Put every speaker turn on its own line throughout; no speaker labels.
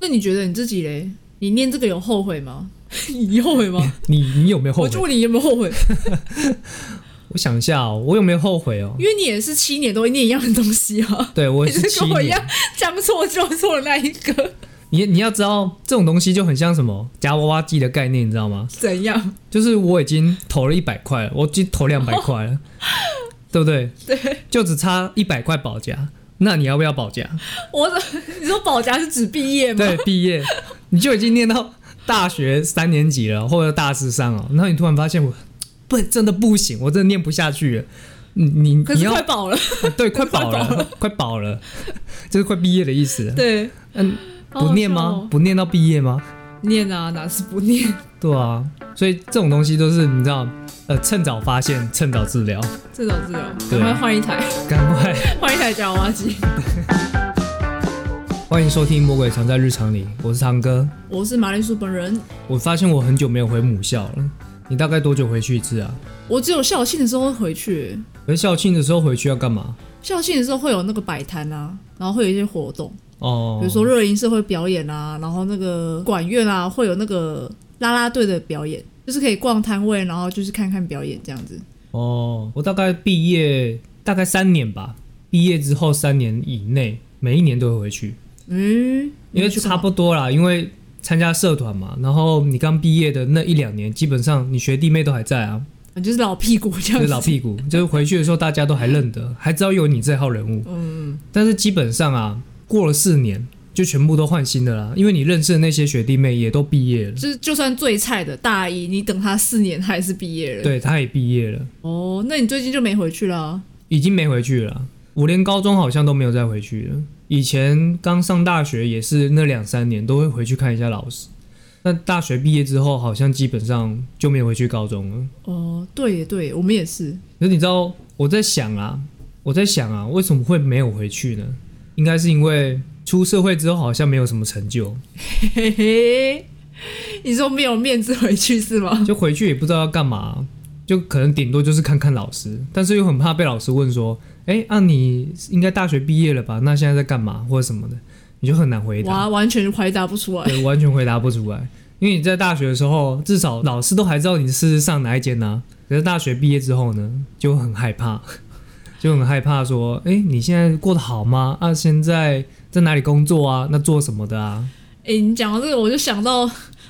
那你觉得你自己嘞？你念这个有后悔吗？ 你后悔吗？
你你有没有后
我
悔
就？问你有没有后悔，
我想一下哦，我有没有后悔哦？
因为你也是七年都会念一样的东西啊。
对 我
你
是
是
七
跟我一样
年，
将错就错的那一个，
你你要知道这种东西就很像什么夹娃娃机的概念，你知道吗？
怎样？
就是我已经投了一百块了，我已经投两百 块了，对不对？
对
就只差一百块保价，那你要不要保价？
我，你说保夹是指毕业吗？
对，毕业你就已经念到大学三年级了，或者大四上哦，然后你突然发现我不真的不行，我真的念不下去了。你你
可
你
是
要
快保了，
对，快饱了， 快饱了，就是快毕业的意思。
对，
嗯，
好好
不念
笑
吗
哦？？
不念到毕业吗？
念啊，哪是不念？
对啊，所以这种东西都是你知道，呃，趁早发现，趁早治疗，
这种这种，
对
赶快换一台，
赶快。
换一台夹娃娃机。
欢迎收听《魔鬼藏在日常里》，我是堂哥。
我是马铃薯本人，
我发现我很久没有回母校了，你大概多久回去一次啊？
我只有校庆的时候会回去，
而校庆的时候回去要干嘛？
校庆的时候会有那个摆摊啊，然后会有一些活动，
哦，
比如说热音社会表演啊，然后那个管乐啊会有那个啦啦队的表演，就是可以逛摊位，然后就是看看表演这样子。
哦，我大概毕业大概三年吧，毕业之后三年以内，每一年都会回去。
嗯，
因
你
为
去干
差
嘛
不多啦，因为参加社团嘛，然后你刚毕业的那一两年，基本上你学弟妹都还在啊，
你就是老屁股这
就
样
是
子。
老屁股，就是回去的时候大家都还认得，还知道有你这号人物。
嗯，
但是基本上啊，过了四年就全部都换新的啦，因为你认识的那些学弟妹也都毕业了，
就是就算最菜的大一，你等他四年，他还是毕业了。，
对，他也毕业了，
哦，那你最近就没回去啦？
已经没回去了啊。我连高中好像都没有再回去了。以前刚上大学也是那两三年都会回去看一下老师，那大学毕业之后好像基本上就没有回去高中了。
哦，对耶对耶，我们也是。
可是你知道我在想啊，我在想啊，为什么会没有回去呢？应该是因为出社会之后好像没有什么成就，
嘿嘿，你说没有面子回去是吗？
就回去也不知道要干嘛，就可能顶多就是看看老师，但是又很怕被老师问说，哎、啊你应该大学毕业了吧？那现在在干嘛或者什么的，你就很难回答，
哇，完全回答不出来。啊
对，完全回答不出来。因为你在大学的时候，至少老师都还知道你是上哪一间呢、可是大学毕业之后呢，就很害怕， 就很害怕说，哎、你现在过得好吗？啊，现在在哪里工作啊？那做什么的啊？
哎、你讲到这个，我就想到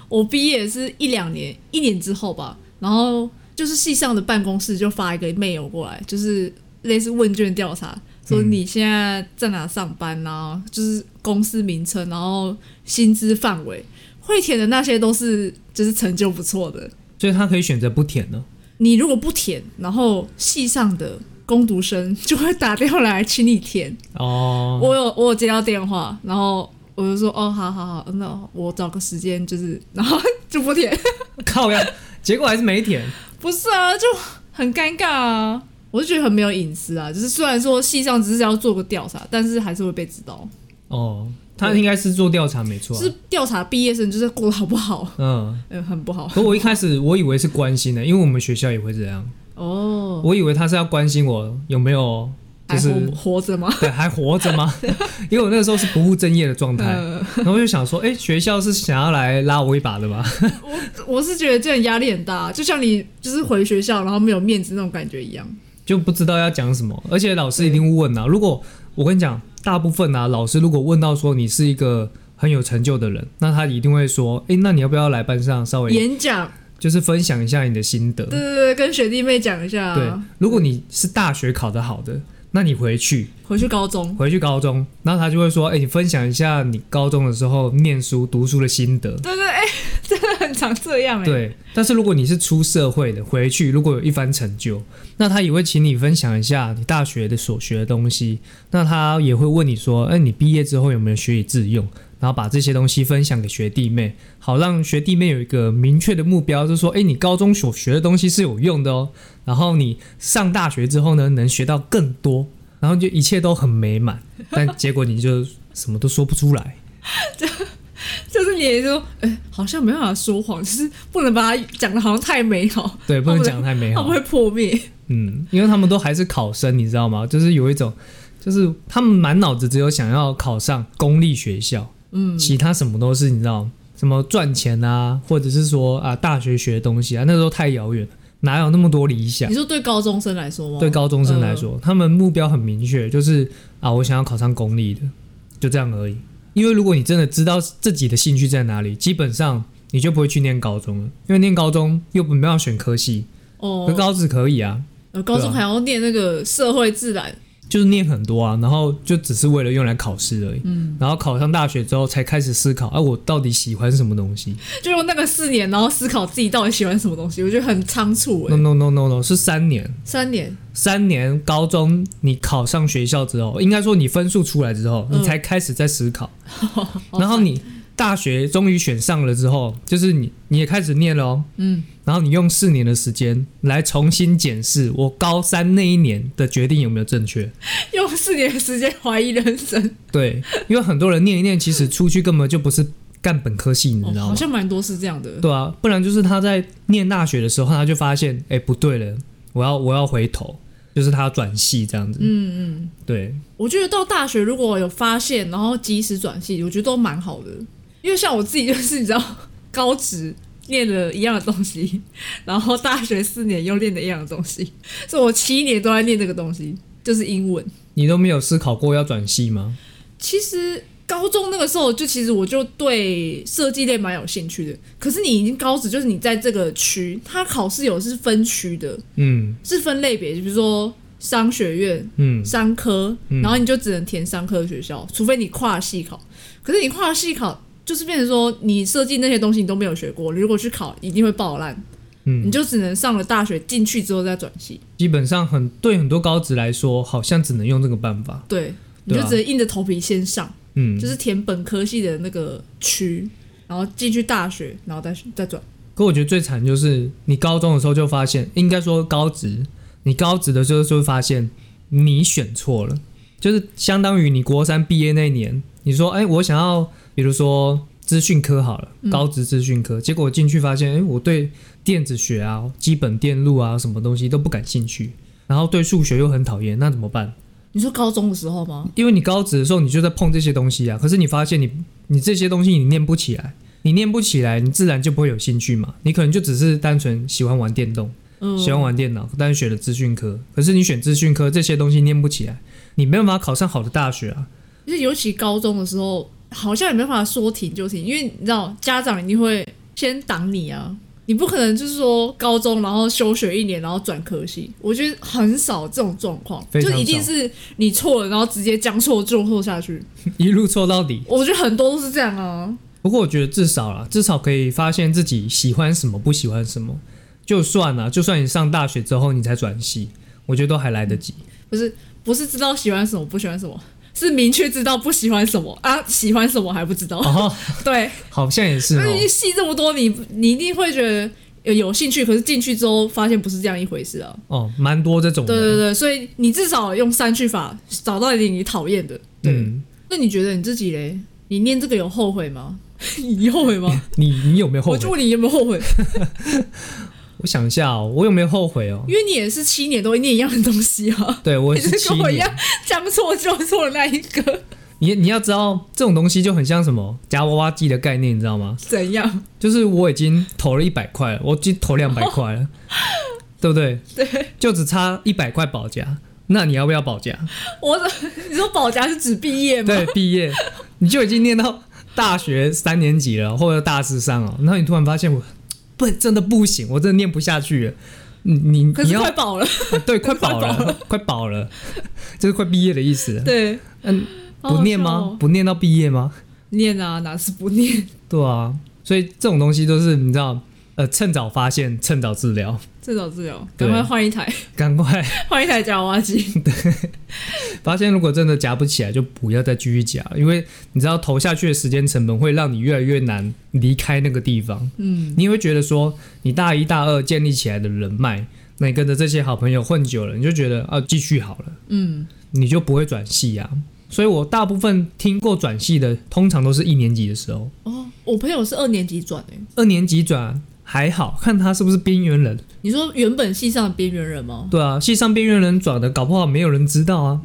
我毕业是一两年，一年之后吧，然后就是系上的办公室就发一个 mail 过来，就是类似问卷调查，说
嗯
你现在在哪上班啊，就是公司名称，然后薪资范围，会填的那些都是就是成就不错的，
所以他可以选择不填了。
你如果不填，然后系上的攻读生就会打电话来请你填，
哦，
我有我有接到电话，然后我就说哦，好好好，那我找个时间就是，然后 就不填，
靠呀，结果还是没填。
不是啊，就很尴尬啊，我就觉得很没有隐私啊，就是虽然说系上只是要做个调查，但是还是会被知道，
哦，他应该是做调查没错啊、
就是调查毕业生就是过得好不好，
嗯，
嗯，很不 好
可我一开始我以为是关心的，因为我们学校也会这样，
哦，
我以为他是要关心我有没有就
还
是
活活着吗？
对，还活着 吗？因为我那时候是不务正业的状态，
呃，
然后我就想说，哎、学校是想要来拉我一把的吧？
我是觉得这样压力很大，啊就像你就是回学校然后没有面子那种感觉一样。
就不知道要讲什么，而且老师一定会问啊。如果我跟你讲，大部分啊，老师如果问到说你是一个很有成就的人，那他一定会说，哎、那你要不要来班上稍微
演讲，
就是分享一下你的心得？
对对对，跟学弟妹讲一下啊，
对，如果你是大学考得好的，那你回去
回去高中。
回去高中，然后他就会说，哎、你分享一下你高中的时候念书读书的心得。
对对，哎、 真的很常这样哎、
对，但是如果你是出社会的，回去如果有一番成就，那他也会请你分享一下你大学的所学的东西。那他也会问你说，哎、你毕业之后有没有学以致用？然后把这些东西分享给学弟妹，好让学弟妹有一个明确的目标，就是说，哎、你高中所学的东西是有用的哦。然后你上大学之后呢，能学到更多，然后就一切都很美满，但结果你就什么都说不出来。
就是你也说，哎、好像没办法说谎，就是不能把它讲的好像太美好，
对，不能讲得太美
它
好。
不会破灭。
嗯，因为他们都还是考生，你知道吗？就是有一种，就是他们满脑子只有想要考上公立学校，嗯，其他什么都是你知道什么赚钱啊，或者是说啊大学学的东西啊，那时候太遥远了，哪有那么多理想
你？说对高中生来说吗？
啊对高中生来说，他们目标很明确，就是啊，我想要考上公立的，就这样而已。因为如果你真的知道自己的兴趣在哪里，基本上你就不会去念高中了，因为念高中又没办法选科系，
哦
可，高职可以啊，
呃高中还要念那个社会自然，
就是念很多啊，然后就只是为了用来考试而已。嗯，然后考上大学之后才开始思考，哎、我到底喜欢什么东西
就用那个四年，然后思考自己到底喜欢什么东西，我觉得很仓促哎、
？No No No No No，是三年，
三年，
三年高中你考上学校之后，应该说你分数出来之后，
嗯
你才开始在 思考。然后你大学终于选上了之后，就是你你也开始念了哦，
嗯，
然后你用四年的时间来重新检视我高三那一年的决定有没有正确。
用四年的时间怀疑人生，
对，因为很多人念一念，其实出去根本就不是干本科系，你
哦
知道
好
吗？
像蛮多是这样的。
对啊，不然就是他在念大学的时候，他就发现，哎，不对了，我要我要回头，就是他要转系这样子。嗯嗯，对，
我觉得到大学如果有发现，然后及时转系，我觉得都蛮好的。因为像我自己就是你知道，高职练了一样的东西，然后大学四年又练了一样的东西， 所以我七年都在练这个东西，就是英文。
你都没有思考过要转系吗？
其实高中那个时候，就其实我就对设计类蛮有兴趣的。可是你已经高职，就是你在这个区，它考试有是分区的，
嗯
是分类别，比如说商学院、
嗯，
商科，
嗯
然后你就只能填商科的学校，除非你跨系考。可是你跨系考，就是变成说你设计那些东西你都没有学过，你如果去考一定会爆烂。
嗯
你就只能上了大学进去之后再转系，
基本上很对很多高职来说，好像只能用这个办法。
对，你就
对啊
只能硬着头皮先上，
嗯，
就是填本科系的那个区，然后进去大学，然后再再转。
可我觉得最惨就是你高中的时候就发现，应该说高职，你高职的时候就会发现你选错了，就是相当于你国三毕业那一年，你说哎、我想要比如说资讯科好了，高职资讯科，结果我进去发现哎、我对电子学啊、基本电路啊什么东西都不感兴趣，然后对数学又很讨厌，那怎么办？
你说高中的时候吗？
因为你高职的时候你就在碰这些东西啊，可是你发现你你这些东西你念不起来，你念不起来，你自然就不会有兴趣嘛。你可能就只是单纯喜欢玩电动，
嗯，
喜欢玩电脑，但是选了资讯科，可是你选资讯科这些东西念不起来，你没有办法考上好的大学啊。
就是尤其高中的时候，好像也没办法说停就停，因为你知道家长一定会先挡你啊，你不可能就是说高中然后休学一年然后转科系，我觉得很少这种状况，
非
就
常
一定
少
是你错了，然后直接将错就错下去。
一路错到底。
我觉得很多都是这样啊，
不过我觉得至少啦，至少可以发现自己喜欢什么，不喜欢什么。就算啦、就算你上大学之后你才转系，我觉得都还来得及。
不是不是知道喜欢什么不喜欢什么，是明确知道不喜欢什么啊，喜欢什么还不知道。
哦，
对，
好像也是
那
哦。
嗯哎你戏这么多，你你一定会觉得有有兴趣，可是进去之后发现不是这样一回事啊。
哦，蛮多这种的。
对对对，所以你至少用删去法找到一点你讨厌的。对，
嗯，
那你觉得你自己嘞？你念这个有后悔吗？ 你后悔吗？
你你有没有 后
我
悔
就？问你有没有后悔，
我想一下哦，我有没有后悔哦？
因为你也是七年都会念一样的东西啊，
对我
你
也是
是
七
跟我一样
年，
将错就错的那一个，
你你要知道这种东西就很像什么夹娃娃机的概念，你知道吗？
怎样？
就是我已经投了一百块了，我已经投两百 块了，对不对？对，就只差一百块保价，那你要不要保价？
我怎你说保家是指毕业吗？
对，毕业你就已经念到大学三年级了，或者大四上哦，然后你突然发现我不真的不行，我真的念不下去了。你你
可
你
是
要
快饱了。
对，快饱了，快饱了，就是快毕业的意思。
对，
嗯，
好好
不念
笑
吗？
哦？
不念到毕业吗？
念啊，哪是不念？
对啊，所以这种东西都是你知道，呃，趁早发现，趁早治疗，
这种治疗，赶
对
快换一台，
赶快
换一台夹娃娃 机。
发现。如果真的夹不起来，就不要再继续夹，因为你知道投下去的时间成本会让你越来越难离开那个地方。嗯，你会觉得说，你大一大二建立起来的人脉，那你跟着这些好朋友混久了，你就觉得啊，继续好了。
嗯，
你就不会转系啊。所以我大部分听过转系的，通常都是一年级的时候，
哦，我朋友是二年级转诶、
二年级转还好，看他是不是边缘人。
你说原本系上的边缘人吗？
对啊，系上边缘人转的，搞不好没有人知道啊。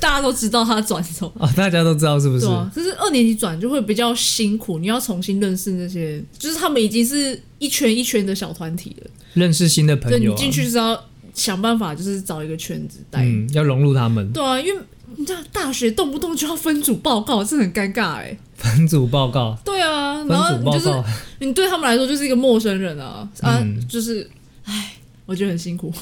大家都知道他转走，
啊，大家都知道是不是
对？啊。可是二年级转就会比较辛苦，你要重新认识那些，就是他们已经是一圈一圈的小团体了，
认识新的朋
所以
友、
你
啊，
进去是要想办法，就是找一个圈子待。
嗯，要融入他们。
对啊，因为你知道大学动不动就要分组报告，这很尴尬哎、
分组报告，
对啊，
分
然后
组
你
报
就是
告，
你对他们来说就是一个陌生人啊啊，
嗯
就是唉，我觉得很辛苦。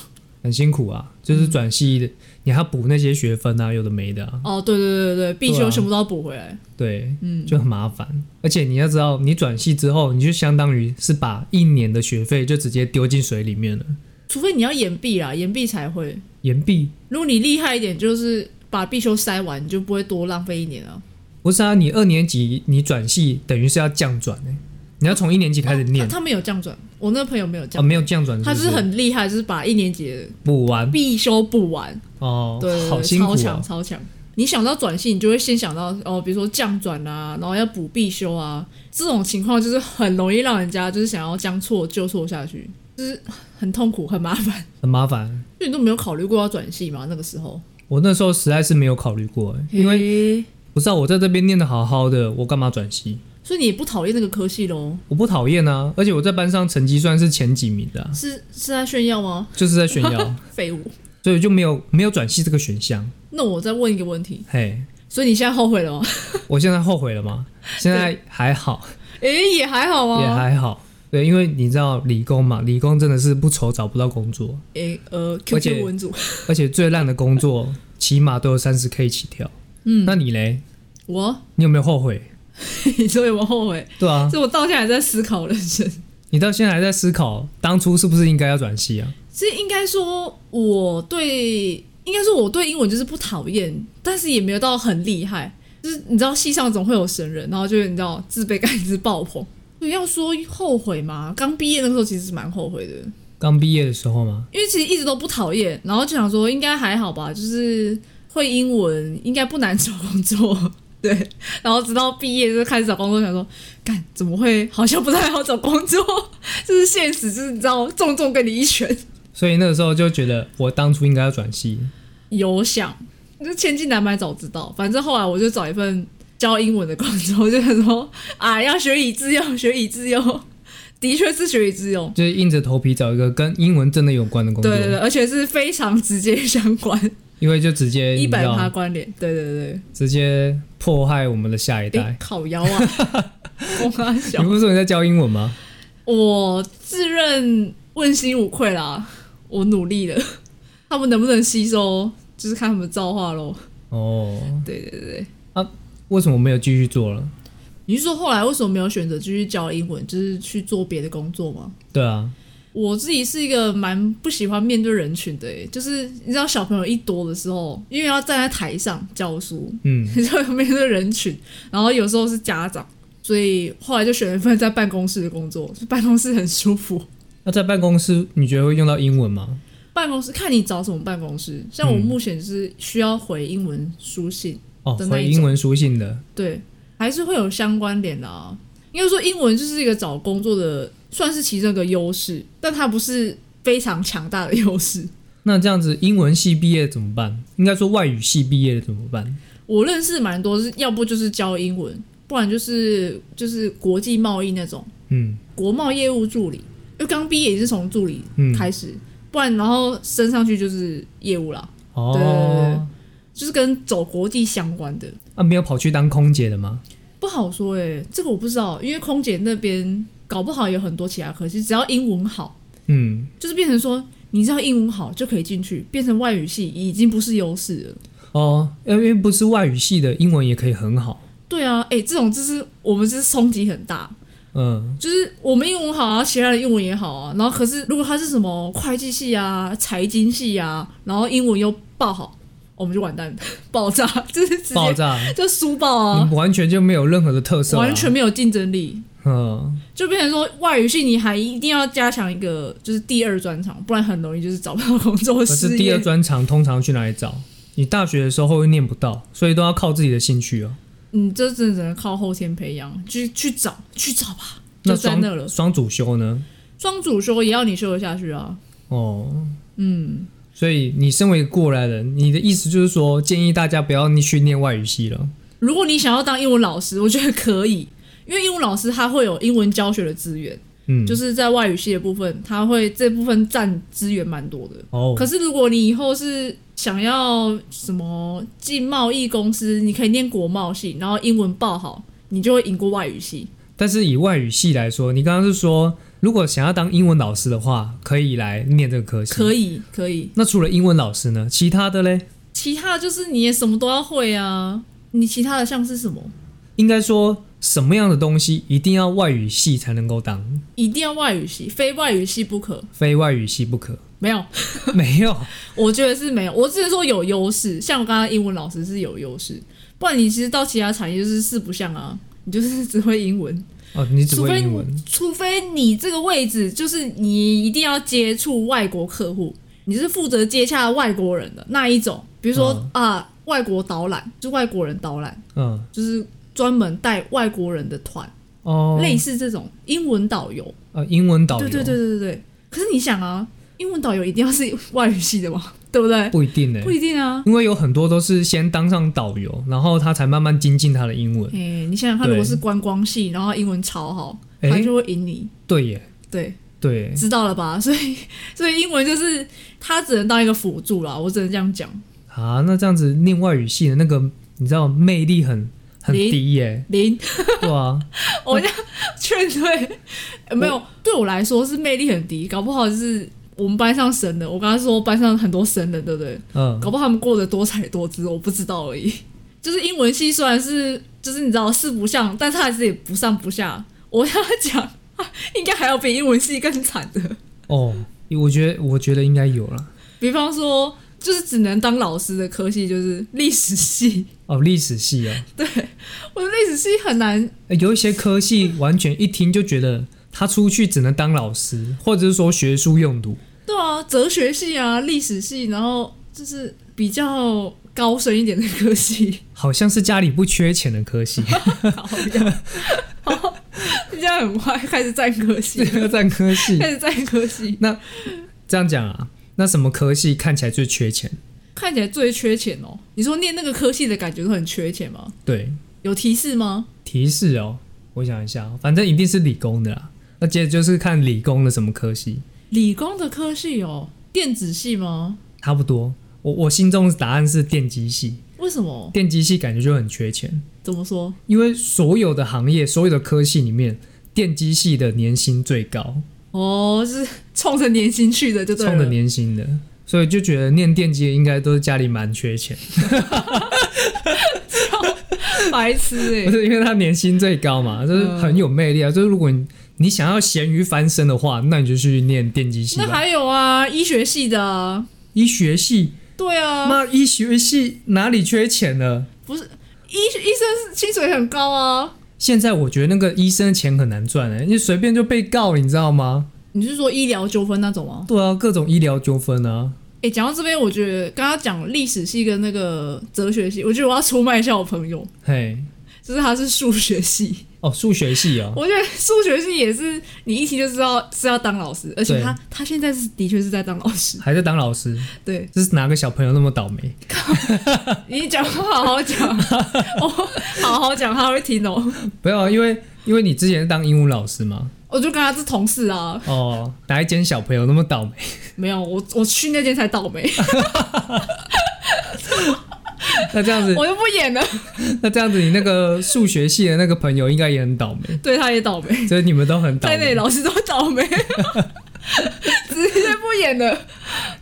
很辛苦啊，就是转系的，你还要补那些学分啊，有的没的啊，
哦，对对对对，必
对
修
啊
全部都要补回来。
对，
嗯，
就很麻烦。而且你要知道，你转系之后，你就相当于是把一年的学费就直接丢进水里面了，
除非你要延毕啦，延毕才会。
延毕。
如果你厉害一点，就是把必修塞完，你就不会多浪费一年啊。
不是啊，你二年级你转系等于是要降转欸你要从一年级开始念
他他们有降转，我那个朋友没有
啊，
降，
没有降转，
他就是
不
很厉害，就是把一年级的
补完
必修补完。
哦，
对对对
好辛苦
超强
啊，
超强。你想到转系，你就会先想到哦，比如说降转啊，然后要补必修啊，这种情况就是很容易让人家就是想要将错就错下去，就是很痛苦很麻烦。
很麻烦。
就你都没有考虑过要转系嘛？那个时候，
我那时候实在是没有考虑过欸，因为
为
不知道我在这边念的好好的，我干嘛转系？
所以你也不讨厌那个科系喽？
我不讨厌啊，而且我在班上成绩算是前几名的啊、
是是在炫耀吗？
就是在炫 耀，
废物。
所以就没有没有转系这个选项。
那我再问一个问题，
嘿，
所以你现在后悔了吗？
我现在后悔了吗？现在还好，
诶、也还好
也
啊。
还好。对，因为你知道理工嘛，理工真的是不愁找不到工作，
诶、呃
而且
，QQ 文组，
而且最烂的工作起码都有三十 K 起跳。嗯，那你嘞？
我，
你有没有后悔？
你说有没有后悔？
对啊，
所以我到现在还在思考人生。
你到现在还在思考当初是不是应该要转系啊？
其实应该说，我对应该说我对英文就是不讨厌，但是也没有到很厉害。就是你知道，戏上总会有神人，然后就是你知道自卑感一直爆棚。所以要说后悔嘛，刚毕业那个时候其实是蛮后悔的，
刚毕业的时候吗？
因为其实一直都不讨厌，然后就想说应该还好吧，就是会英文应该不难找工作。 对，然后直到毕业就开始找工作，想说，干怎么会好像不太好找工作？ 这是现实，就是你知道，重重给你一拳。
所以那个时候就觉得我当初应该要转系。
有想，就千金难买早知道。反正后来我就找一份教英文的工作，我就想说 啊，要学以致用，学以致用，的确是学以致用。
就是硬着头皮找一个跟英文真的有关的工作，
对对对，而且是非常直接相关，
因为就直接
一百
你知道
趴关联。对对
直接迫害我们的下一
对，诶
代。
烤腰啊， 我妈
你
小，
不是说你在教英文吗？
我自认问心无愧啦，我努力了， 他们能不能吸收，就是看他们造化喽。
哦，
对对对对。
为什么没有继续做了？
你是说后来为什么没有选择继续教英文，就是去做别的工作吗？
对啊，
我自己是一个蛮不喜欢面对人群的耶，就是你知道小朋友一多的时候，因为要站在台上教书，
嗯，
你就会面对人群，然后有时候是家长，所以后来就选了一份在办公室的工作，办公室很舒服。
那在办公室你觉得会用到英文吗？
办公室看你找什么办公室，像我目前是需要回英文书信，
哦，
的那
回
一种
英文书信的，
对，还是会有相关联的啊。应该说，英文就是一个找工作的，算是其中一个优势，但它不是非常强大的优势。
那这样子英文系毕业怎么办？应该说外语系毕业的怎么办？
我认识蛮多是，要不就是教英文，不然就是就是国际贸易那种
嗯
国贸业务助理，因为刚毕业也是从助理
嗯，
开始，不然然后升上去就是业务啦，对对
哦，
就是跟走国际相关的。
啊，没有跑去当空姐的吗？
不好说诶、这个我不知道，因为空姐那边搞不好有很多其他科系，只要英文好，
嗯，
就是变成说，你知道英文好就可以进去，变成外语系已经不是优势了。
哦，因为不是外语系的，英文也可以很好。
对啊，哎、这种就是我们就是冲击很大，
嗯，
就是我们英文好啊，其他人英文也好啊，然后可是如果他是什么会计系啊、财经系啊，然后英文又爆好，我们就完蛋，爆炸， 就是直
爆
接
炸，
就输爆啊，
你完全就没有任何的特色、嗯啊，
完全。没有竞争力。
嗯，
就变成说外语系你还一定要加强一个就是第二专长，不然很容易就是找不到工作
可
失
哦
业。
是第二专长通常去哪里找？你大学的时候会念不到，所以都要靠自己的兴趣哦。
你嗯这真的只能靠后天培养，去去找去找吧，就
那
在那了
双。双主修呢？
双主修也要你修得下去啊，
哦，
嗯，
所以你身为过来人，你的意思就是说，建议大家不要去念外语系了。
如果你想要当英文老师，我觉得可以，因为英文老师他会有英文教学的资源，
嗯，
就是是在外语系的部分，他会这部分占资源蛮多的。
哦，
可是如果你以后是想要什么进贸易公司，你可以念国贸系，然后英文报好，你就会赢过外语系。
但是以外语系来说，你刚刚是说，如果想要当英文老师的话，可以来念这个科系。
可
以。
以，可以。
那除了英文老师呢？其他的嘞？
其他的就是你也什么都要会啊。你其他的像是什么？
应该说什么样的东西一定要外语系才能够当，
一定要外语系，非外语系不可。
非外语系 不可？
没有，
没有，
我觉得是没有。我只是说有优势，像我刚刚英文老师是有优势，不然你其实到其他产业就是四不像啊，你就是只会英文。
哦，你只
除
会
非
英文，
除非你这个位置就是你一定要接触外国客户，你是负责接洽外国人的那一种，比如说
嗯
啊、外国导览，就是外国人导览，
嗯，
就是专门带外国人的团，
哦，
类似这种英文导游。
呃，英文导游，
对对对对对对。可是你想啊，英文导游一定要是外语系的嘛， 对不对？
不一定呢、
不一定啊。
因为有很多都是先当上导游，然后他才慢慢精进他的英文。
哎、你想想看，如果
对
是观光系，然后英文超好，
哎、
他就会赢你。
对耶，
对，
对耶，
知道了吧？ 所以所以英文就是它只能当一个辅助啦，我只能这样讲，
啊，那这样子念外语系的那个，你知道魅力很很
零
低耶，
零
对啊，
劝退，呃没有对我来说是魅力很低，搞不好就是我们班上神人，我刚才说班上很多神人，对不对？
嗯，
搞不好他们过得多彩多姿，我不知道而已。 就是英文系虽然是就是你知道四不像，但它还是也不上不下。我要讲， 应该还有比英文系更惨的，
哦，我觉得我觉得应该有了。
比方说就是只能当老师的科系就是历史系，
哦，历史系哦，
我的历史系很难
呃有一些科系完全一听就觉得他出去只能当老师，或者是说学术用途。
对啊，哲学系啊，历史系，然后就是比较高深一点的科系，
好像是家里不缺钱的科系，
这样很快开始占科系
这，个占科系。
开始占科系，
这样讲啊，那什么科系看起来最缺钱？
看起来最缺钱哦。你说念那个科系的感觉都很缺钱吗？
对，
有提示吗？
提示哦，我想一下哦，反正一定是理工的啦。那接着就是看理工的什么科系，
理工的科系哦，电子系吗？
差不多。我我心中的答案是电机系，
为什么？
电机系感觉就很缺钱，
怎么说？
因为所有的行业、所有的科系里面，电机系的年薪最高，
哦，就是冲着年薪去的，就对了。
冲着年薪的，所以就觉得念电机的应该都是家里蛮缺钱，
白痴哎、
不 是因为他年薪最高嘛，就是很有魅
嗯
力啊。就是如果你你想要咸鱼翻身的话，那你就去念电机系
那
吧。
还有啊，医学系的、啊，
医学系，
对啊，
那医学系哪里缺钱了？
医医生薪水很高啊。
现在我觉得那个医生的钱很难赚哎、你随便就被告，你知道吗？
你是说医疗纠纷那种吗？
对啊，各种医疗纠纷啊，
诶，讲到这边，我觉得刚刚讲历史系跟那个哲学系，我觉得我要出卖一下我朋友，
嘿，
就是他是数学 系，
哦，数学系哦，
我觉得数学系也是你一听就知道是要当老师，而且
对
他他现在是的确是在当老 师，
还在当老师，
对
这是哪个小朋友那么倒霉？
你讲话好好讲， 我好好讲，他会听哦。
不要啊，因为因为你之前是当英文老师嘛，
我就跟他是同事啊，
哦，哪一间小朋友那么倒霉？
没有我我去那间才倒霉，
那这样子，
我就不演了，
那这样子，你那个数学系的那个朋友应该也很倒霉，
对，他也倒霉，
所以你们都很倒
在那里
霉。
老师都倒 霉，直接不演了，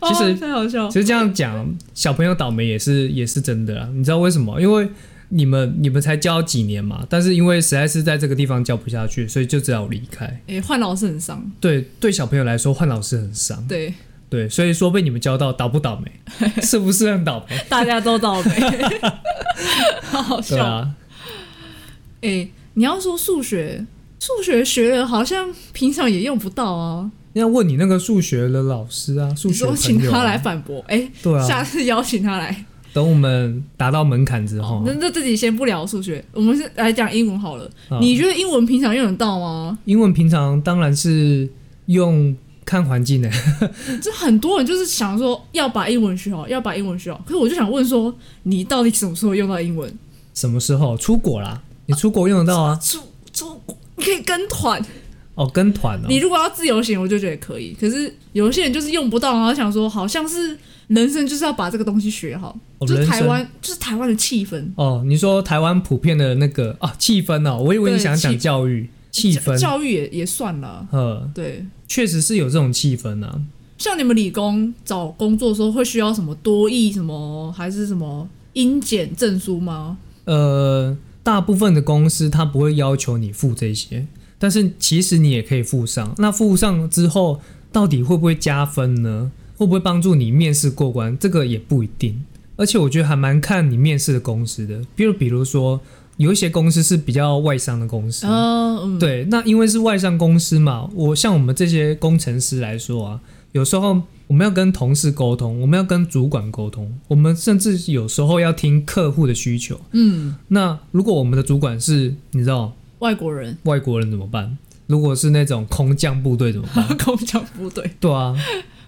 其实
哦、太好笑了。
其实这样讲，小朋友倒霉也是也是真的啊，你知道为什么？因为你们你们才教几年嘛，但是因为实在是在这个地方教不下去，所以就只好离开。
诶，换老师很伤，
对对，小朋友来说换老师很伤，
对，
对，所以说被你们教到倒 不倒霉，是不是很倒霉？
大家都倒 霉，好好
对
笑。诶，
啊，
你要说数学，数学学了好像平常也用不到啊。
要问你那个数学的老师啊，数
你
学朋友、
说
啊、
请他来反驳，诶，
对啊
下次邀请他来。
等我们达到门槛之后
那，那自己先不聊数学，我们是来讲英文好了。
啊
你觉得英文平常用得到吗？
英文平常当然是用看环境呢、
就很多人就是想说要把英文学好，要把英文学好。可是我就想问说，你到底什么时候用到英文？
什么时候出国啦？你出国用得到啊？
出出国你可以跟团，
哦，跟团哦
啊你，如果要自由行，我就觉得可以。可是有些人就是用不到，然后想说好像是人生就是要把这个东西学好，
哦
就是
人
台
生
湾就是台湾的气氛。
哦，你说台湾普遍的那个啊气氛哦，我以为你
对
想讲
气
教育气
教
氛，
教育也也算了，
呃，
对。
确实是有这种气氛啊。
像你们理工找工作的时候会需要什么多益什么还是什么英检证书吗？
呃，大部分的公司它不会要求你付这些，但是其实你也可以付上。那付上之后，到底会不会加分呢？会不会帮助你面试过关？这个也不一定。而且我觉得还蛮看你面试的公司的，比如比如说有一些公司是比较外商的公司，
嗯、嗯，
对，那因为是外商公司嘛，我像我们这些工程师来说啊，有时候我们要跟同事沟通，我们要跟主管沟通，我们甚至有时候要听客户的需求。
嗯，
那如果我们的主管是你知道
外国 人
外国人怎么办？如果是那种空降部队怎么 办？
空降部队，
对啊，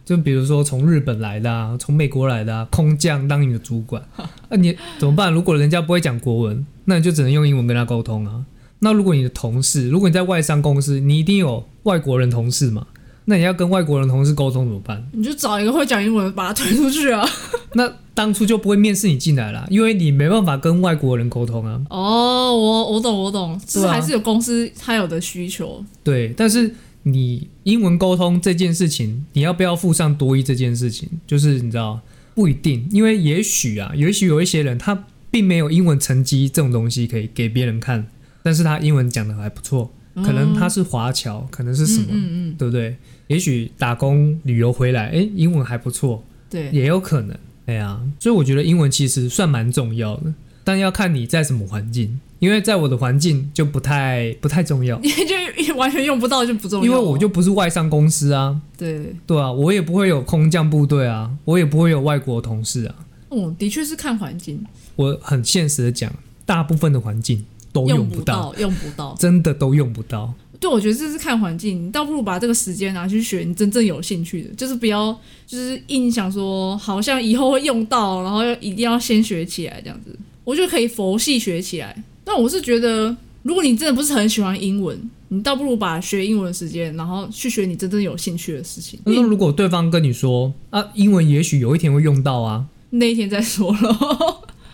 就比如说从日本来的啊，从美国来的啊，空降当你的主管，那、你怎么办？如果人家不会讲国文，那你就只能用英文跟他沟通啊。那如果你的同事，如果你在外商公司，你一定有外国人同事嘛，那你要跟外国人同事沟通怎么办？
你就找一个会讲英文的把他推出去啊。
那当初就不会面试你进来啦，因为你没办法跟外国人沟通啊。
哦，我我懂我懂，就是
对啊
还是有公司它有的需求，
对，但是你英文沟通这件事情，你要不要附上多一这件事情，就是你知道不一定，因为也许啊，也许有一些人他并没有英文成绩这种东西可以给别人看，但是他英文讲的还不错，可能他是华侨，可能是什么，
嗯嗯嗯嗯，
对不对？也许打工旅游回来，诶，英文还不错，
对，
也有可能。哎呀，所以我觉得英文其实算蛮重要的，但要看你在什么环境，因为在我的环境就不太不太重要。
因为就完全用不到就不重要，
因为我就不是外商公司啊，
对，
对啊，我也不会有空降部队啊，我也不会有外国同事啊。
嗯，的确是看环境，
我很现实的讲，大部分的环境都
用
用
不
不，
到用不到，
真的都用不到。
对，我觉得这是看环境，你倒不如把这个时间拿去学你真正有兴趣的，就是不要就是硬想说好像以后会用到，然后要一定要先学起来这样子，我觉得可以佛系学起来。但我是觉得，如果你真的不是很喜欢英文，你倒不如把学英文的时间，然后去学你真正有兴趣的事情。
那如果对方跟你说啊，英文也许有一天会用到啊，
那一天再说了。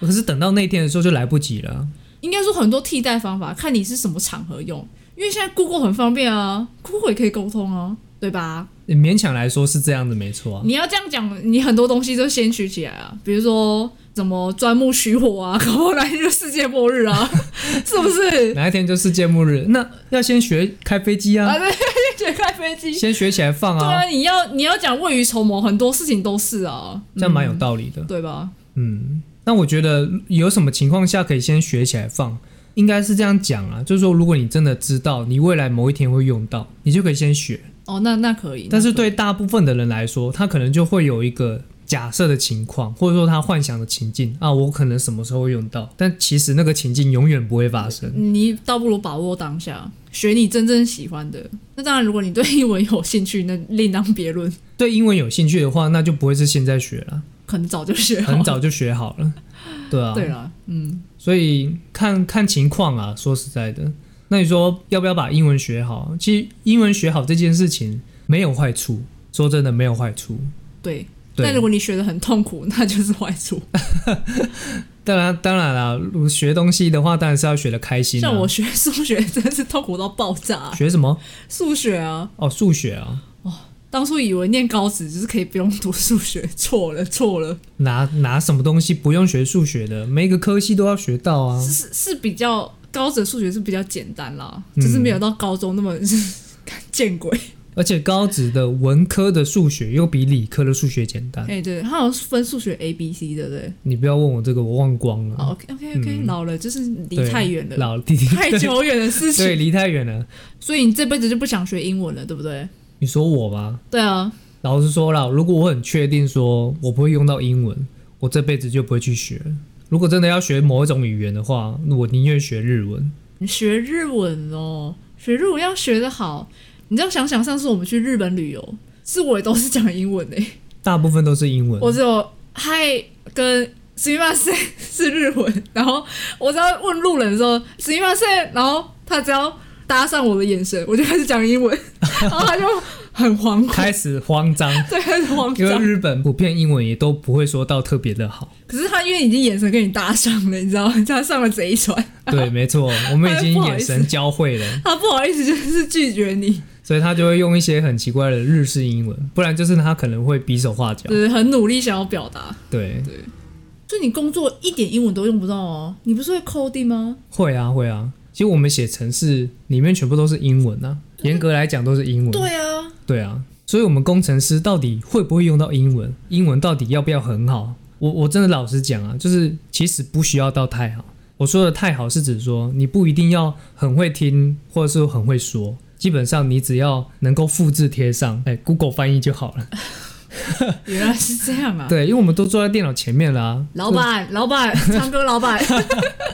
可是等到那天的时候就来不及了。
应该说很多替代方法，看你是什么场合用，因为现在 Google 很方便啊，Google 也可以沟通啊，对吧？
勉强来说是这样的，没错啊。
你要这样讲，你很多东西都先取起来啊，比如说怎么钻木取火啊， 搞不好来就世界末日啊， 是不 是？
哪一天就世界末日，那要先学开飞机啊
啊，，对， 解开飞机。
先学起来放
对
啊，
啊，你要你要讲未雨绸缪，很多事情都是啊，
这样蛮有道理的。
对吧？
嗯，那我觉得有什么情况下可以先学起来放？应该是这样讲啊，就是说，如果你真的知道你未来某一天会用到，你就可以先学。
哦，那那可以。
但是
那可以
对大部分的人来说，他可能就会有一个假设的情况，或者说他幻想的情境啊，我可能什么时候会用到，但其实那个情境永远不会发生。
你倒不如把握当下，学你真正喜欢的。那当然，如果你对英文有兴趣，那另当别论，
对英文有兴趣的话，那就不会是现在学了，
可能早就学好了。
很早就学好了。对啊，
对了，嗯，
所以看看情况啊，说实在的，那你说要不要把英文学好？其实英文学好这件事情没有坏处，说真的没有坏处。
对。
对
但如果你学的很痛苦，那就是坏处。
当然当然啦，如果学东西的话，当然是要学的开心、啊。
像我学啊数学真是痛苦到爆炸、
学什么？
数学啊，
哦，数学啊，
当初以为念高职就是可以不用读数学，错了错了，
拿拿什么东西不用学数学的，每一个科系都要学到啊。
是是是比较高职的数学是比较简单啦，
嗯
就是没有到高中那么 见鬼。
而且高职的文科的数学又比理科的数学简单。
哎、对，它好像是分数学 A B C 对不对？
你不要问我这个，我忘光了。
好 o k OK OK，、
嗯
老了就是哦离
对
太远了，
老 弟弟，
太久远的事
对，
情，
离太远了。
所以你这辈子就不想学英文了，对不对？
你说我吗？
对啊，
老实说啦，如果我很确定说我不会用到英文，我这辈子就不会去学。如果真的要学某一种语言的话，那我宁愿学日文。
你学日文哦，学日文要学得好。你知道，想想上次我们去日本旅游，是我也都是讲英文诶、欸
大部分都是英文。
我只有嗨跟すみません是日文，然后我只要问路人的时候すみません，然后他只要搭上我的眼神，我就开始讲英 文，然后他就很惶恐，
开始慌 张，
对，开始慌
因为
张。
日本普遍英文也都不会说到特别的 好。
可是他因为已经眼神跟你搭上了，你知道吗，他上了贼船，
对，没错，我们已经
不好意
眼
思
神交汇了，
他不好意思就是拒绝你，
所以他就会用一些很奇怪的日式英文，不然就是他可能会比手画脚
就。是很努力想要表达。
对，
所以你工作一点英文都用不到哦，你不是会 coding 吗？
会啊，会啊。其实我们写程式里面全部都是英文啊，严格来讲都是英文。
对啊，
对啊，所以我们工程师到底会不会用到英文？英文到底要不要很好？我我真的老实讲啊，就是其实不需要到太好。我说的太好是指说你不一定要很会听，或者是很会说，基本上你只要能够复制贴上，哎，Google 翻译就好了。
原来是这样啊。
对，因为我们都坐在电脑前面啦、
老板，老板，唱歌，老板，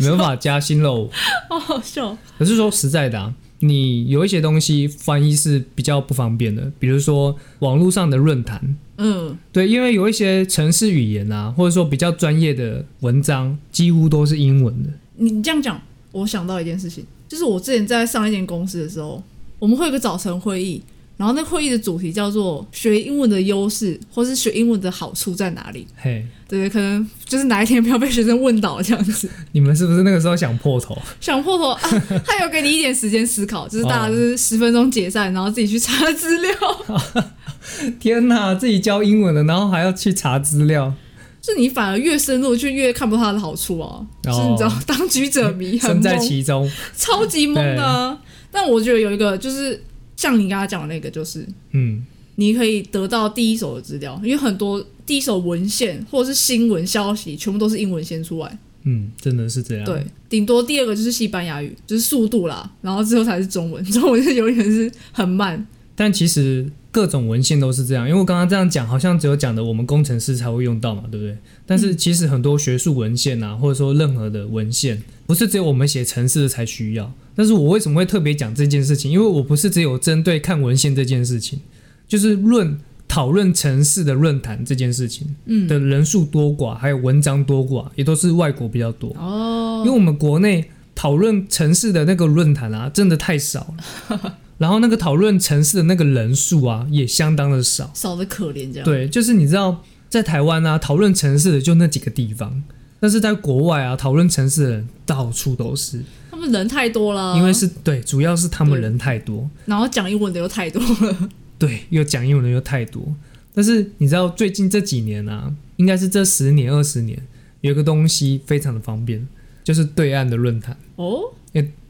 没办法加薪喽。
好好笑。
可是说实在的、啊，你有一些东西翻译是比较不方便的，比如说网络上的论坛，
嗯，
对，因为有一些城市语言啊，或者说比较专业的文章，几乎都是英文的。
你你这样讲，我想到一件事情，就是我之前在上一间公司的时候，我们会有个早晨会议，然后那会议的主题叫做“学英文的优势”或是“学英文的好处在哪里
嘿，”。
对，可能就是哪一天不要被学生问倒这样子，
你们是不是那个时候想破头？
想破头啊，他有给你一点时间思考，就是大家就是十分钟解散，然后自己去查资料。
天哪，自己教英文的，然后还要去查资料，
就你反而越深入，就越看不到它的好处啊。就是你知道，当局者迷，很
哦 身在
懵，
其中。
超级懵的啊。但我觉得有一个，就是像你刚刚讲的那个，就是
嗯，
你可以得到第一手的资料，因为很多第一手文献或者是新闻消息，全部都是英文先出来。
嗯，真的是这样。
对，，顶多第二个就是西班牙语，就是速度啦，然后之后才是中文，中文就永远是很慢。
但其实各种文献都是这样，因为我刚刚这样讲，好像只有讲的我们工程师才会用到嘛，对不对？但是其实很多学术文献啊，或者说任何的文献，不是只有我们写程式的才需要。但是我为什么会特别讲这件事情？因为我不是只有针对看文献这件事情，就是论讨论城市的论坛这件事情，嗯，的人数多寡，还有文章多寡，也都是外国比较多。
哦，
因为我们国内讨论城市的那个论坛啊，真的太少了，然后那个讨论城市的那个人数啊，也相当的少。
少的可怜这样。，
对，就是你知道，在台湾啊，讨论城市的就那几个地方，但是在国外啊，讨论城市的人到处都是，
他们人太多了，
因为是对，主要是他们
对
人太多，
然后讲英文的又太多了。
对，又讲英文的又太多。但是你知道，最近这几年啊，应该是这十年二十年，有一个东西非常的方便，就是对岸的论坛，
哦，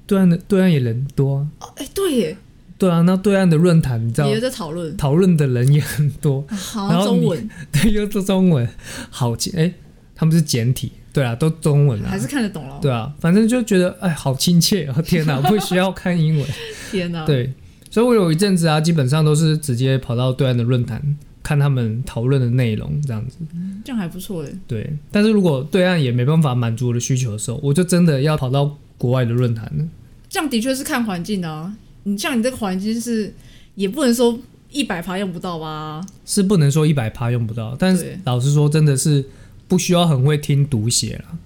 对岸的对岸也人多、啊。
哦，哎，对耶，
对啊，那对岸的论坛，你知道
也在讨论，
讨论的人也很多，
好
然
像
后你
中文
对，又都中文，好简，哎、他们是简体，对啊，都中文 啊
还，是看得懂了。
对啊，反正就觉得哎，好亲切哦，天哪，不需要看英文，
天哪，
对，所以我有一阵子啊，基本上都是直接跑到对岸的论坛看他们讨论的内容这样子，
这样还不错哎。
对，但是如果对岸也没办法满足我的需求的时候，我就真的要跑到国外的论坛了，
这样的确是看环境的啊。你像你这个环境是，也不能说一百趴用不到吧？
是不能说一百趴用不到，但是
对
老实说，真的是不需要很会听读写啦。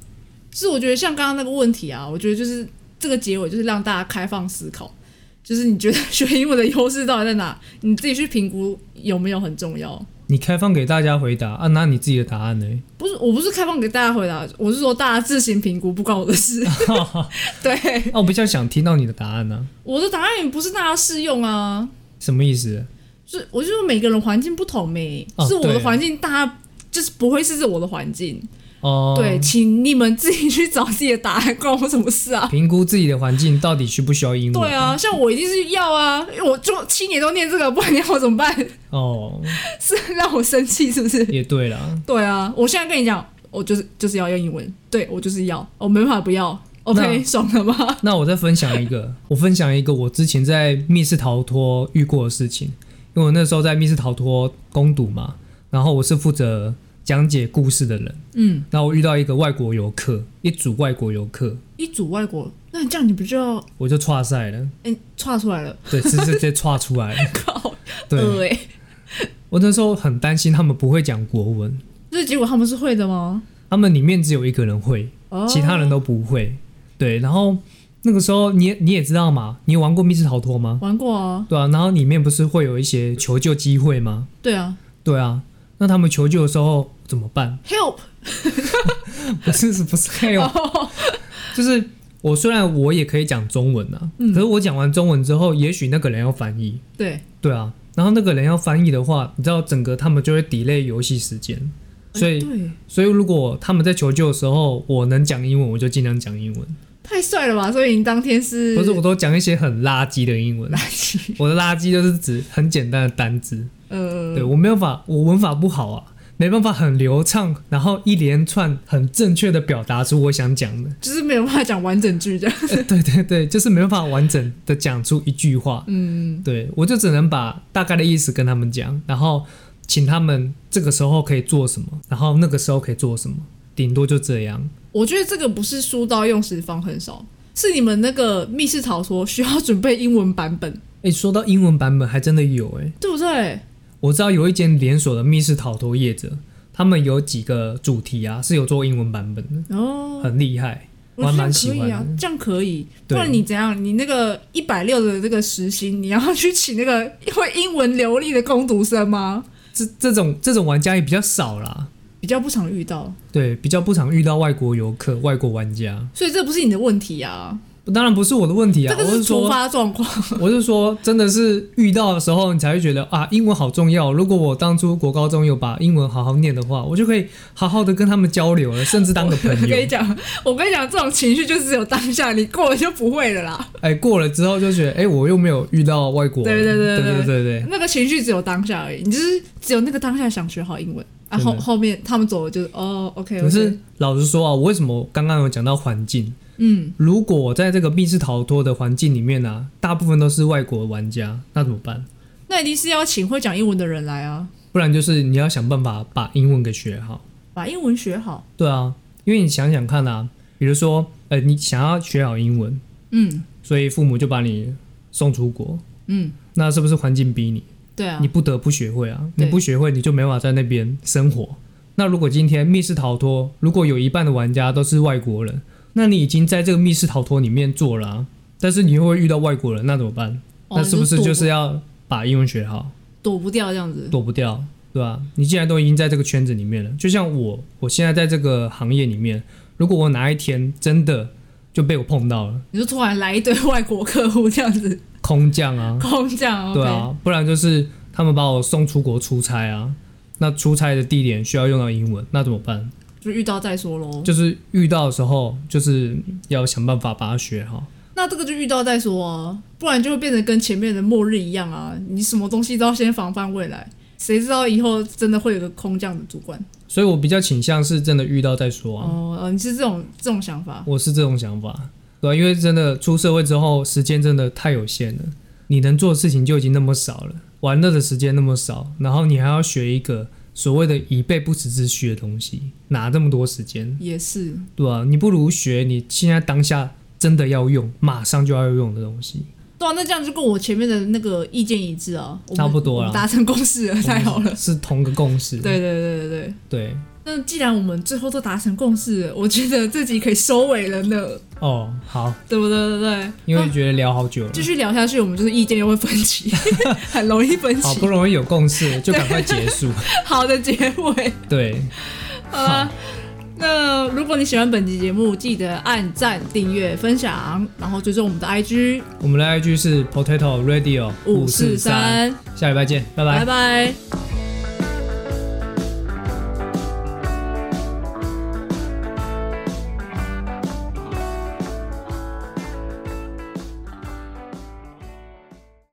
是我觉得像刚刚那个问题啊，我觉得就是这个结尾就是让大家开放思考，就是你觉得学英文的优势到底在哪？你自己去评估有没有很重要。
你开放给大家回答啊，那你自己的答案呢？
不是，我不是开放给大家回答，我是说大家自行评估，不关我的事。 对，
啊，我比较想听到你的答案呢、
我的答案也不是大家适用啊。
什么意思？
是，我就说每个人环境不同没、
哦
是我
对
的环境，大家就是不会是我的环境。
哦，
对，，请你们自己去找自己的答案，关我什么事啊？
评估自己的环境到底需不需要英文？
对，啊，像我一定是要啊，因为我就七年都念这个，不然你要我怎么办？
哦，
是让我生气是不是？
也对啦。
对啊，我现在跟你讲，我就是就是要用英文，对我就是要，我没办法不要。OK，
那
爽了吧？
那我再分享一个，我分享一个我之前在密室逃脱遇过的事情，因为我那时候在密室逃脱攻读嘛，然后我是负责讲解故事的人，
嗯，
那我遇到一个外国游客，一组外国游客，
一组外国，那这样你不就要
我就岔赛了，
哎岔出来了？
对，是是直接岔出来了。
靠，
对
呃哎，
我那时候很担心他们不会讲国文，
所以结果他们是会的吗？
他们里面只有一个人会，
哦，
其他人都不会。对，然后那个时候你也你也知道嘛，你有玩过密室逃脱吗？
玩过啊，
对啊，然后里面不是会有一些求救机会吗？
对啊
对啊，那他们求救的时候怎么办？
，Help，
不是是不是还有，就是我虽然我也可以讲中文啊，
嗯
可是我讲完中文之后，也许那个人要翻译，
对，
对啊，然后那个人要翻译的话，你知道整个他们就会 delay 游戏时间，所
哎
以
对，
所以如果他们在求救的时候，我能讲英文，我就尽量讲英文。
太帅了吧！所以你当天是
不 是，我都讲一些很垃圾的英文
垃。圾，
我的垃圾就是指很简单的单字，
呃，
对我没有法，我文法不好啊，没办法很流畅，然后一连串很正确的表达出我想讲的。
就是没有办法讲完整句这样，
呃对对对，就是没办法完整的讲出一句话。
嗯，
对我就只能把大概的意思跟他们讲，然后请他们这个时候可以做什么，然后那个时候可以做什么，顶多就这样。
我觉得这个不是书到用时方恨少，是你们那个密室逃脱需要准备英文版本，
哎，说到英文版本，还真的有哎、
对不对？
我知道有一间连锁的密室逃脱业者，他们有几个主题啊是有做英文版本的，
哦，
很厉害。我还
觉得
蛮
这
喜
样可以
欢
啊
的，
这样可以。不
对
然你怎样？你那个一百六的这个时薪，你要去请那个会英文流利的攻读生吗？
这这种这种玩家也比较少啦，
比较不常遇到，
对，比较不常遇到外国游客、外国玩家。
所以这不是你的问题啊，
当然不是我的问题啊，
这个
我
是
是
突
说，
发状况。
我是说，真的是遇到的时候，你才会觉得啊，英文好重要。如果我当初国高中有把英文好好念的话，我就可以好好的跟他们交流 了，甚至当个朋
我
友
跟。你讲，我跟你讲，这种情绪就只有当下，你过了就不会了啦。
哎，过了之后就觉得，哎，我又没有遇到外国人，
对对对对对
对对对
那个情绪只有当下而已，你就是只有那个当下想学好英文，啊
真的
后后面他们走了就是哦，OK，
可是老实说啊，我为什么刚刚有讲到环境？
嗯，
如果我在这个密室逃脱的环境里面呢、啊，大部分都是外国玩家，那怎么办？
那一定是要请会讲英文的人来啊，
不然就是你要想办法把英文给学好。
把英文学好。
对啊，因为你想想看啊，比如说，呃，你想要学好英文，
嗯
所以父母就把你送出国，
嗯，
那是不是环境逼你？
对啊
你，不得不学会啊！
对
你不学会，你就没法在那边生活。那如果今天密室逃脱，如果有一半的玩家都是外国人，那你已经在这个密室逃脱里面做了、啊，但是你又会遇到外国人，那怎么办？
哦
那是不是
你
就是要把英文学好，
躲不躲不掉这样子？
躲不掉，对吧、你既然都已经在这个圈子里面了，就像我，我现在在这个行业里面，如果我哪一天真的就被我碰到了，
你就突然来一堆外国客户这样子，
空降啊，
空降
对
OK，
啊，不然就是他们把我送出国出差啊。那出差的地点需要用到英文，那怎么办？
就遇到再说喽。
就是遇到的时候，就是要想办法把它学好。
那这个就遇到再说啊，不然就会变得跟前面的末日一样啊，你什么东西都要先防范未来，谁知道以后真的会有个空降的主管？
所以我比较倾向是真的遇到再说啊，
哦，哦你是这种这种想法？
我是这种想法，对啊因为真的出社会之后，时间真的太有限了，你能做的事情就已经那么少了，玩乐的时间那么少，然后你还要学一个所谓的以备不时之需的东西，哪这么多时间？
也是，
对啊，你不如学你现在当下真的要用，马上就要用的东西。
对啊，那这样就跟我前面的那个意见一致啊，我们
差不多啦
我们达成共识了，太好了。
是同个共识。
对对对对对，
对
那既然我们最后都达成共识了，我觉得这集可以收尾了呢，
哦，好，
对不对？对不对？
因为
那
觉得聊好久了，
继续聊下去，我们就是意见又会分歧， 很容易分
好
歧
不。容易有 共识了，就赶快结束。
好的结尾，
对，
好啦。那如果你喜欢本集节目，记得按赞、订阅、分享，然后追踪我们的 IG
我们的 IG 是 Potato Radio
五四，三，
下礼拜见，拜拜
拜。拜。